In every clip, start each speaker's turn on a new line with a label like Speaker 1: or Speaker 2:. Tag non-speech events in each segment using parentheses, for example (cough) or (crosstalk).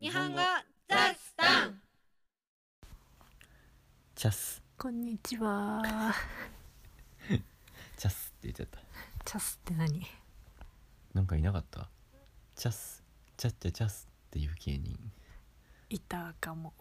Speaker 1: 日本語ザスタン
Speaker 2: チャス
Speaker 3: こんにちは。
Speaker 2: チャスって言っちゃった
Speaker 3: チャスって何
Speaker 2: なんかいなかったチャスチャッチャチャスっていう芸人
Speaker 3: いたかも。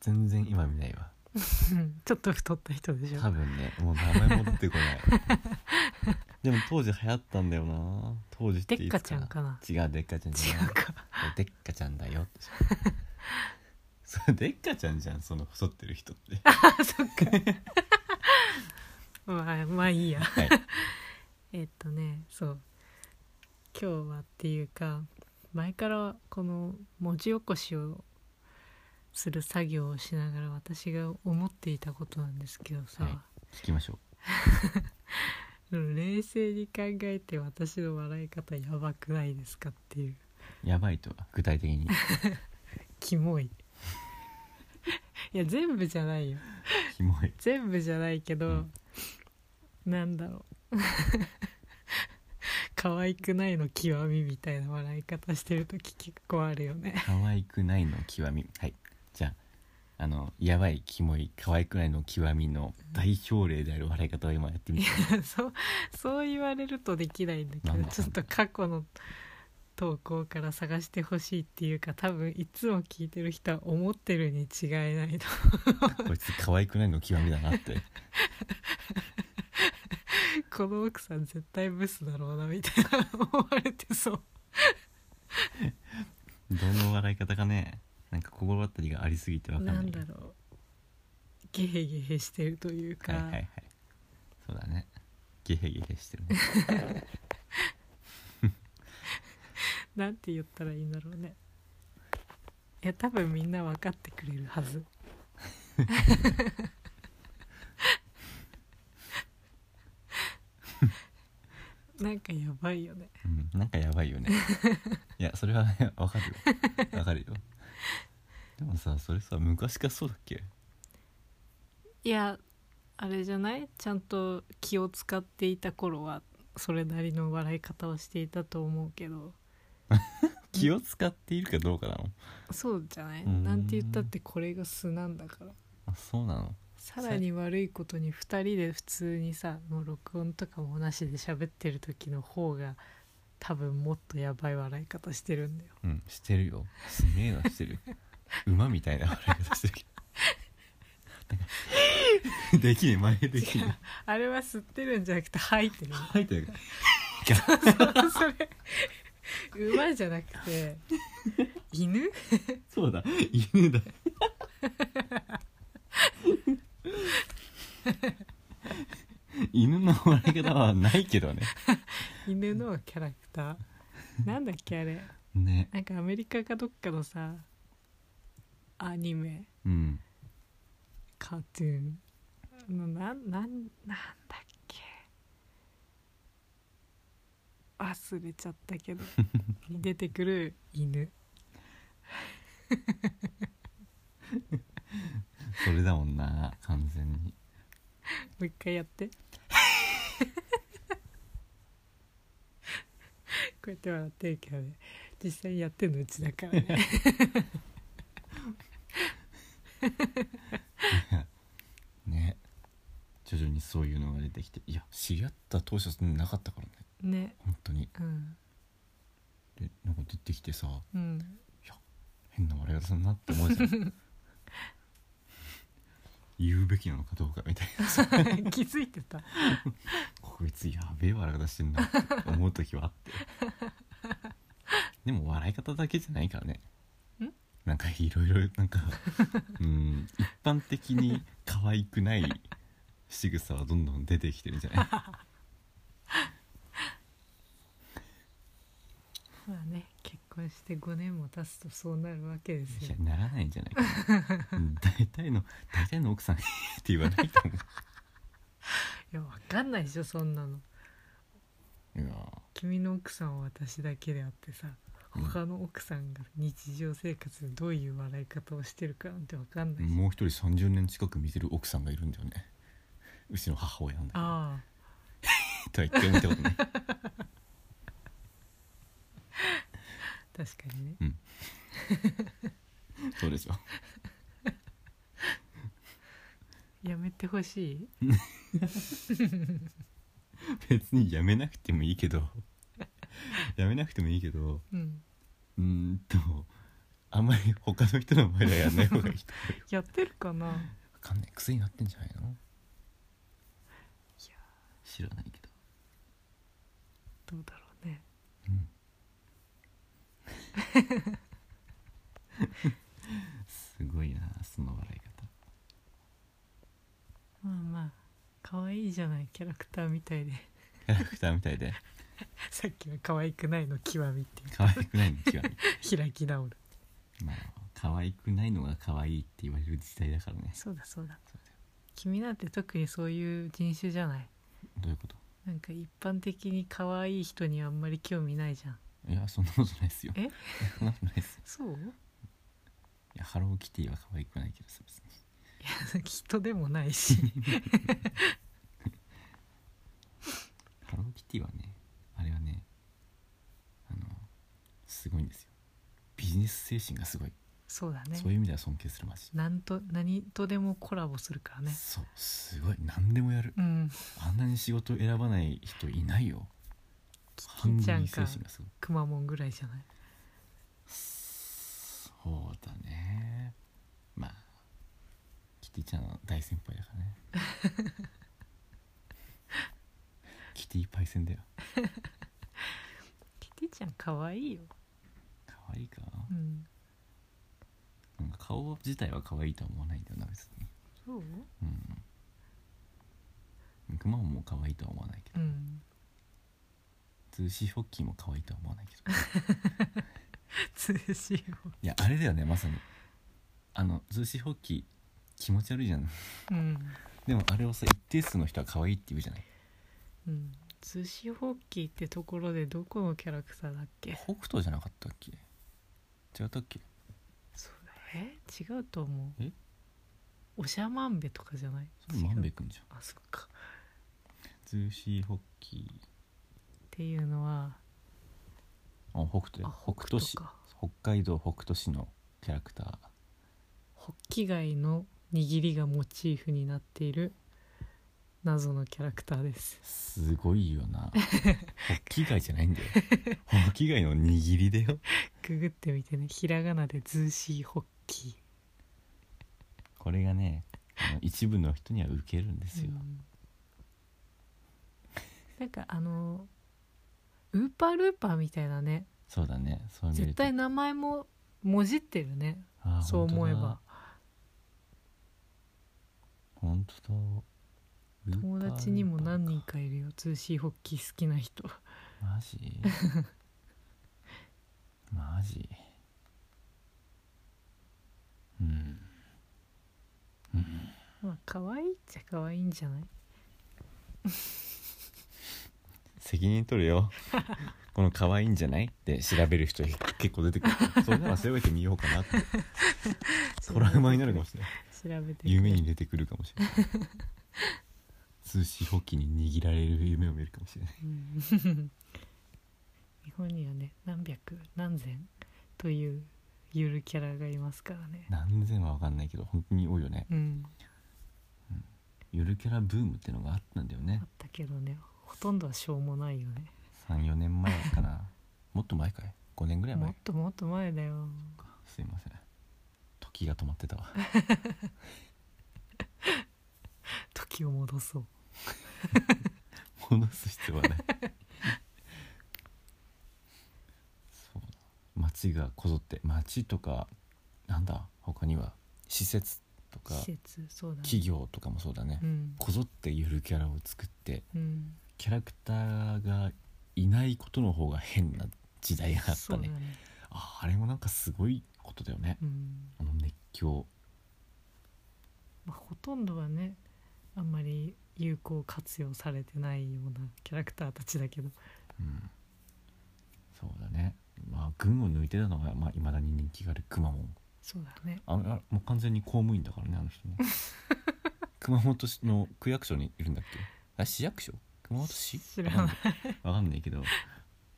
Speaker 2: 全然今見ないわ
Speaker 3: うん (laughs) ちょっと太った人でしょ。
Speaker 2: 多分ねもう名前も出てこない
Speaker 3: (laughs)
Speaker 2: でも当時流行ったんだよな当時って
Speaker 3: デ
Speaker 2: いつ
Speaker 3: ッカちゃんかな。
Speaker 2: 違うデッカちゃんじ
Speaker 3: 違
Speaker 2: ゃないう
Speaker 3: か。
Speaker 2: デッカちゃんだ
Speaker 3: (laughs)
Speaker 2: よってそれデッカちゃんじゃんその細ってる人って
Speaker 3: あ、そっか。まあ、まあい (laughs) いや。
Speaker 2: はい
Speaker 3: えっとね、そう。今日はっていうか、前からこの文字起こしをする作業をしながら私が思っていたことなんですけどさ、
Speaker 2: はい聞きましょ
Speaker 3: 冷静に考えて私の笑い方やばくないですかっていう。
Speaker 2: うやばいとは具体的
Speaker 3: (laughs)
Speaker 2: に
Speaker 3: キ
Speaker 2: (laughs)
Speaker 3: モいいや全部じゃないよ
Speaker 2: キモい
Speaker 3: 全部じゃないけど、
Speaker 2: うん
Speaker 3: なんだろう (laughs) 可愛くないの極みみたいな笑い方してる時結構あるよね (laughs)
Speaker 2: 可愛くないの極みはいじゃああのやばいキモい可愛くないの極みの代表例である笑い方を今やってみて
Speaker 3: そうそう言われるとできないんだけ
Speaker 2: なん
Speaker 3: ど
Speaker 2: だ
Speaker 3: ちょっと過去の投稿から探してほしいっていうか多分いつも聞いてる人は思ってるに違いないと
Speaker 2: こいつ可愛くないの極みだなって
Speaker 3: (laughs) この奥さん絶対ブスだろうなみたいな思われてそう
Speaker 2: どの笑い方かねなんか心当たりがありすぎてわかんない
Speaker 3: んだろうゲヘゲヘしてるというか、
Speaker 2: はいはいはいそうだねゲヘゲヘしてるね
Speaker 3: なんて言ったらいいんだろうねいや多分みんな分かってくれるは (laughs) ずなんかやばいよね
Speaker 2: うんなんかやばいよ
Speaker 3: (laughs)
Speaker 2: ねいやそれはねわかるよわかるよでもさそれさ昔からそうだっけ
Speaker 3: いやあれじゃないちゃんと気を使っていた頃はそれなりの笑い方をしていたと思うけど
Speaker 2: 気を使っているかどうかなの
Speaker 3: そうじゃないう
Speaker 2: ーん
Speaker 3: なんて言ったってこれが素なんだから
Speaker 2: あそうなの
Speaker 3: さらに悪いことに2人で普通にさもう録音とかもなしで喋ってる時の方が多分もっとやばい笑い方してるんだよ
Speaker 2: うんしてるよすげえなしてる馬みたいな笑い方してるけど (laughs) できねえ前できね
Speaker 3: あれは吸ってるんじゃなくて吐いてる
Speaker 2: え入ってる
Speaker 3: (laughs) それ馬じゃなくて犬
Speaker 2: そうだ犬だ犬の笑い方はないけどね
Speaker 3: 犬のキャラクターなんだっけあれ
Speaker 2: ね
Speaker 3: なんかアメリカかどっかのさアニメ
Speaker 2: うん
Speaker 3: カートゥーンのなんなんなんだっけ忘れちゃっ
Speaker 2: (laughs)
Speaker 3: たけどに出てくる犬
Speaker 2: それだもんな完全に
Speaker 3: もう一回やっ
Speaker 2: (laughs)
Speaker 3: てこうやって笑ってるけどね実際やってるのうちだか
Speaker 2: (laughs)
Speaker 3: らね
Speaker 2: ね徐々にそういうのが出てきていや知り合った当初なかったからね
Speaker 3: ね
Speaker 2: 本当に
Speaker 3: うん
Speaker 2: でなんか出てきてさ
Speaker 3: うん (laughs)
Speaker 2: 変な笑い方するなって思うじゃん (laughs) 言うべきなのかどうかみたいな
Speaker 3: 気づいてた
Speaker 2: こいつやべえ笑い方してんなって思う時はあってでも笑い方だけじゃないからね
Speaker 3: ん
Speaker 2: なんかいろいろなんかうん一般的に可愛くない仕草はどんどん出てきてるんじゃない
Speaker 3: まあね結婚して5年も経つとそうなるわけで
Speaker 2: い
Speaker 3: す
Speaker 2: や
Speaker 3: よ
Speaker 2: ならないんじゃないかなうん大体の大体の奥さん (laughs) って言わないと思
Speaker 3: いやわかんないでしょそんなの
Speaker 2: ういや
Speaker 3: 君の奥さんは私だけであってさ
Speaker 2: うん
Speaker 3: 他の奥さんが日常生活でどういう笑い方をしてるかなんて分かんないし、
Speaker 2: もう一人30年近く見てる奥さんがいるんだよねうちの母親なんだけど
Speaker 3: あ
Speaker 2: とは一回も見たことない
Speaker 3: あ確かにね
Speaker 2: そうですよ
Speaker 3: やめてほしい
Speaker 2: 別にやめなくてもいいけどやめなくてもいいけど
Speaker 3: うん
Speaker 2: うーんとあんまり他の人の前ではやらない方がいいと思うよ
Speaker 3: やってるかな
Speaker 2: わかんない癖になってんじゃないの
Speaker 3: や
Speaker 2: 知らないけど
Speaker 3: どうだろうね
Speaker 2: すごいなその笑い方
Speaker 3: まあまあ可愛いじゃないキャラクターみたいで (laughs)
Speaker 2: キャラクターみたいで
Speaker 3: さっきの可愛くないの極みってい
Speaker 2: 可愛くないの極
Speaker 3: う開き直る
Speaker 2: みまあ可愛くないのが可愛いって言われる時代だからね
Speaker 3: そうだそうだ君なんて特にそういう人種じゃない
Speaker 2: どういうこと
Speaker 3: なんか一般的に可愛い人にあんまり興味ないじゃん
Speaker 2: いやそんなことないですよ
Speaker 3: え
Speaker 2: そんなことないです
Speaker 3: そう
Speaker 2: いやハローキティは可愛くないけどさ別に
Speaker 3: (laughs) 人でもないし
Speaker 2: ハローキティはねあれはねあのすごいんですよビジネス精神がすごい、
Speaker 3: そうだね
Speaker 2: そういう意味では尊敬するマジ、
Speaker 3: なんと何とでもコラボするからね
Speaker 2: そうすごい何でもやる
Speaker 3: うん
Speaker 2: あんなに仕事選ばない人いないよハン
Speaker 3: 金
Speaker 2: グ
Speaker 3: ち
Speaker 2: リー
Speaker 3: ゃ
Speaker 2: 精
Speaker 3: んか
Speaker 2: 神がすごい
Speaker 3: くまモンぐらいじゃない
Speaker 2: そうだねまあキティちゃんの大先輩だからね
Speaker 3: (laughs)
Speaker 2: キティパイセンだよ
Speaker 3: キティちゃん可愛いよ
Speaker 2: 可愛いか
Speaker 3: うん
Speaker 2: なんか顔自体は可愛いとは思わないんだよな別に
Speaker 3: そう
Speaker 2: うんクマモンも可愛いとは思わ
Speaker 3: (laughs)
Speaker 2: ないけど
Speaker 3: うん
Speaker 2: 通信ホッキーも可愛いとは思わないけど
Speaker 3: 通信を
Speaker 2: いやあれだよねまさにあの通信ホッキー気持ち悪いじゃん
Speaker 3: うん、
Speaker 2: でもあれをさ一定数の人は可愛いって言うじゃない
Speaker 3: うん、通信ホッキーってところでどこのキャラクターだっけ
Speaker 2: 北斗じゃなかったっけ違ったっけ
Speaker 3: そうだえ違うと思う
Speaker 2: え
Speaker 3: おしゃまんべとかじゃない
Speaker 2: それマン
Speaker 3: 違
Speaker 2: ベ
Speaker 3: う
Speaker 2: くんじゃん
Speaker 3: あそっか
Speaker 2: ズーシーホッキ
Speaker 3: っていうのは
Speaker 2: ーあ北斗
Speaker 3: あ
Speaker 2: 北斗市
Speaker 3: 北斗か
Speaker 2: 北海道北斗市のキャラクター
Speaker 3: ホッキ貝の握りがモチーフになっている謎のキャラクターです
Speaker 2: すごいよなホッキ貝じゃないんだよホッキ貝の握りだよ
Speaker 3: ググってみてねひらがなでズーシーホッキ
Speaker 2: これがねあの一部の人にはウケるんで
Speaker 3: ー、
Speaker 2: すよ、
Speaker 3: うんなんかあのウーパールーパーみたいなね
Speaker 2: そうだねそう見
Speaker 3: 絶
Speaker 2: ると
Speaker 3: 対名前ももじってるね
Speaker 2: あー
Speaker 3: そう思えば
Speaker 2: 本当だ
Speaker 3: 友達にも何人かいるよ通信ホッキー好きな人
Speaker 2: マジマジうん
Speaker 3: まあ可愛いっちゃ可愛いんじゃない
Speaker 2: 責任取るよこの可愛いんじゃないって調べる人結構出てくるそれなら調べてみようかなってトラウマになるかもしれない
Speaker 3: 調べて
Speaker 2: 夢に出てくるかもし
Speaker 3: (laughs)
Speaker 2: れない通信ホッキーに握られる夢を見るかもしれない
Speaker 3: うん日本にはね何百何千というゆるキャラがいますからね
Speaker 2: 何千は分かんないけど本当に多いよね
Speaker 3: うん
Speaker 2: ゆるキャラブームってのがあったんだよね
Speaker 3: あったけどねほとんどはしょうもないよね
Speaker 2: 34年前かなもっと前かい5年ぐらい
Speaker 3: も
Speaker 2: 前
Speaker 3: っともっと前だよ
Speaker 2: かすいません時が止まってたわ
Speaker 3: 時を戻そう
Speaker 2: 戻す必要はないそう街がこぞって街とかなんだ他には施設とか
Speaker 3: 施設そうだね
Speaker 2: 企業とかもそうだね、
Speaker 3: うん
Speaker 2: こぞってゆるキャラを作って (laughs)
Speaker 3: うん
Speaker 2: キャラクターがいないことの方が変な時代があった
Speaker 3: そうだ
Speaker 2: ね
Speaker 3: ね
Speaker 2: ああれもなんかすごいことだよね、
Speaker 3: うん
Speaker 2: あの熱狂
Speaker 3: まあ、ほとんどはねあんまり有効活用されてないようなキャラクターたちだけど
Speaker 2: うんそうだねまあ群を抜いてたのがまあ、未だに人気があるくまモン
Speaker 3: そうだね
Speaker 2: ああもう完全に公務員だからねあの人
Speaker 3: (laughs)
Speaker 2: ね熊本市の区役所にいるんだっけあ市役所熊本市
Speaker 3: 知らな
Speaker 2: わ
Speaker 3: い
Speaker 2: かんないわかんないけど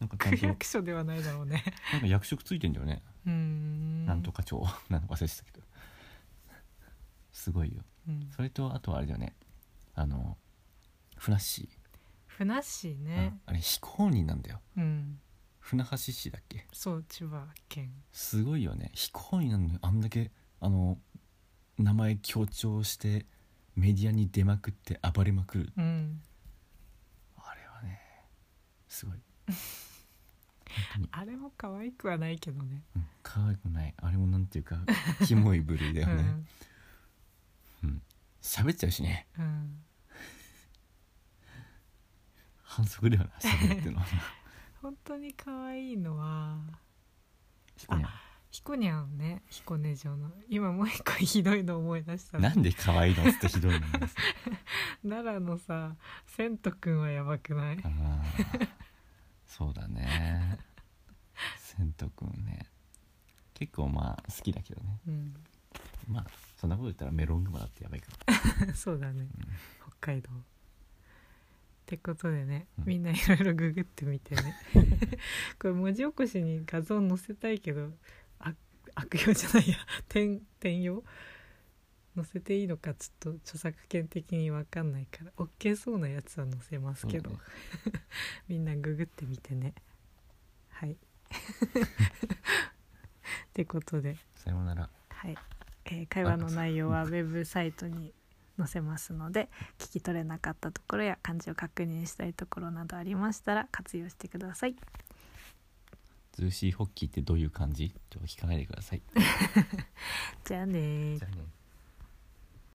Speaker 2: なんかちゃ
Speaker 3: (laughs) 区
Speaker 2: んと
Speaker 3: 役所ではないだろうね
Speaker 2: なんか役職ついてんだよね、
Speaker 3: うー
Speaker 2: (laughs)
Speaker 3: ん
Speaker 2: なんとか長 (laughs) なんか忘れてたけどすごいよ
Speaker 3: うん
Speaker 2: それとあとはあれだよねあのふなっし
Speaker 3: ふなっしー
Speaker 2: ー、
Speaker 3: ね
Speaker 2: うんあれ非公認なんだよ
Speaker 3: うん
Speaker 2: 船橋市だっけ
Speaker 3: そう千葉県
Speaker 2: すごいよね非公認なのにあんだけあの名前強調してメディアに出まくって暴れまくる
Speaker 3: うん
Speaker 2: あれはねすごい本
Speaker 3: あれも可愛くはないけどね
Speaker 2: 当に、うん、可愛くないあれもなんていうかキモい部類だよね喋、っちゃうしね
Speaker 3: うん、うん、
Speaker 2: 反則だよな喋るって (laughs) のは
Speaker 3: 本当に可愛いのは
Speaker 2: ひこにゃん
Speaker 3: ひこにゃんねひこね嬢の今もう一個ひどいの思い出した
Speaker 2: なんで可愛いのってひどいのに
Speaker 3: 奈良のさせんとくんはやばくない
Speaker 2: あーそうだねせんとくんね結構まあ好きだけどね
Speaker 3: うん
Speaker 2: まあそんなこと言ったらメロングマだってやばいから
Speaker 3: (laughs) そうだね北海道ってことでね、
Speaker 2: うん
Speaker 3: みんないろいろググってみてね
Speaker 2: (laughs)
Speaker 3: これ文字起こしに画像載せたいけどあ悪用じゃないや (laughs) 転転用載せていいのかちょっと著作権的に分かんないから OK そうなやつは載せますけど、
Speaker 2: そうだ
Speaker 3: (laughs) みんなググってみてね
Speaker 2: (laughs)
Speaker 3: はいってことで
Speaker 2: さようなら
Speaker 3: はい、えー会話の内容はウェブサイトに載せますので聞き取れなかったところや漢字を確認したいところなどありましたら活用してください
Speaker 2: ズーシーホッキーってどういう感じちょっと聞かないでください
Speaker 3: じゃあねー
Speaker 2: じゃあね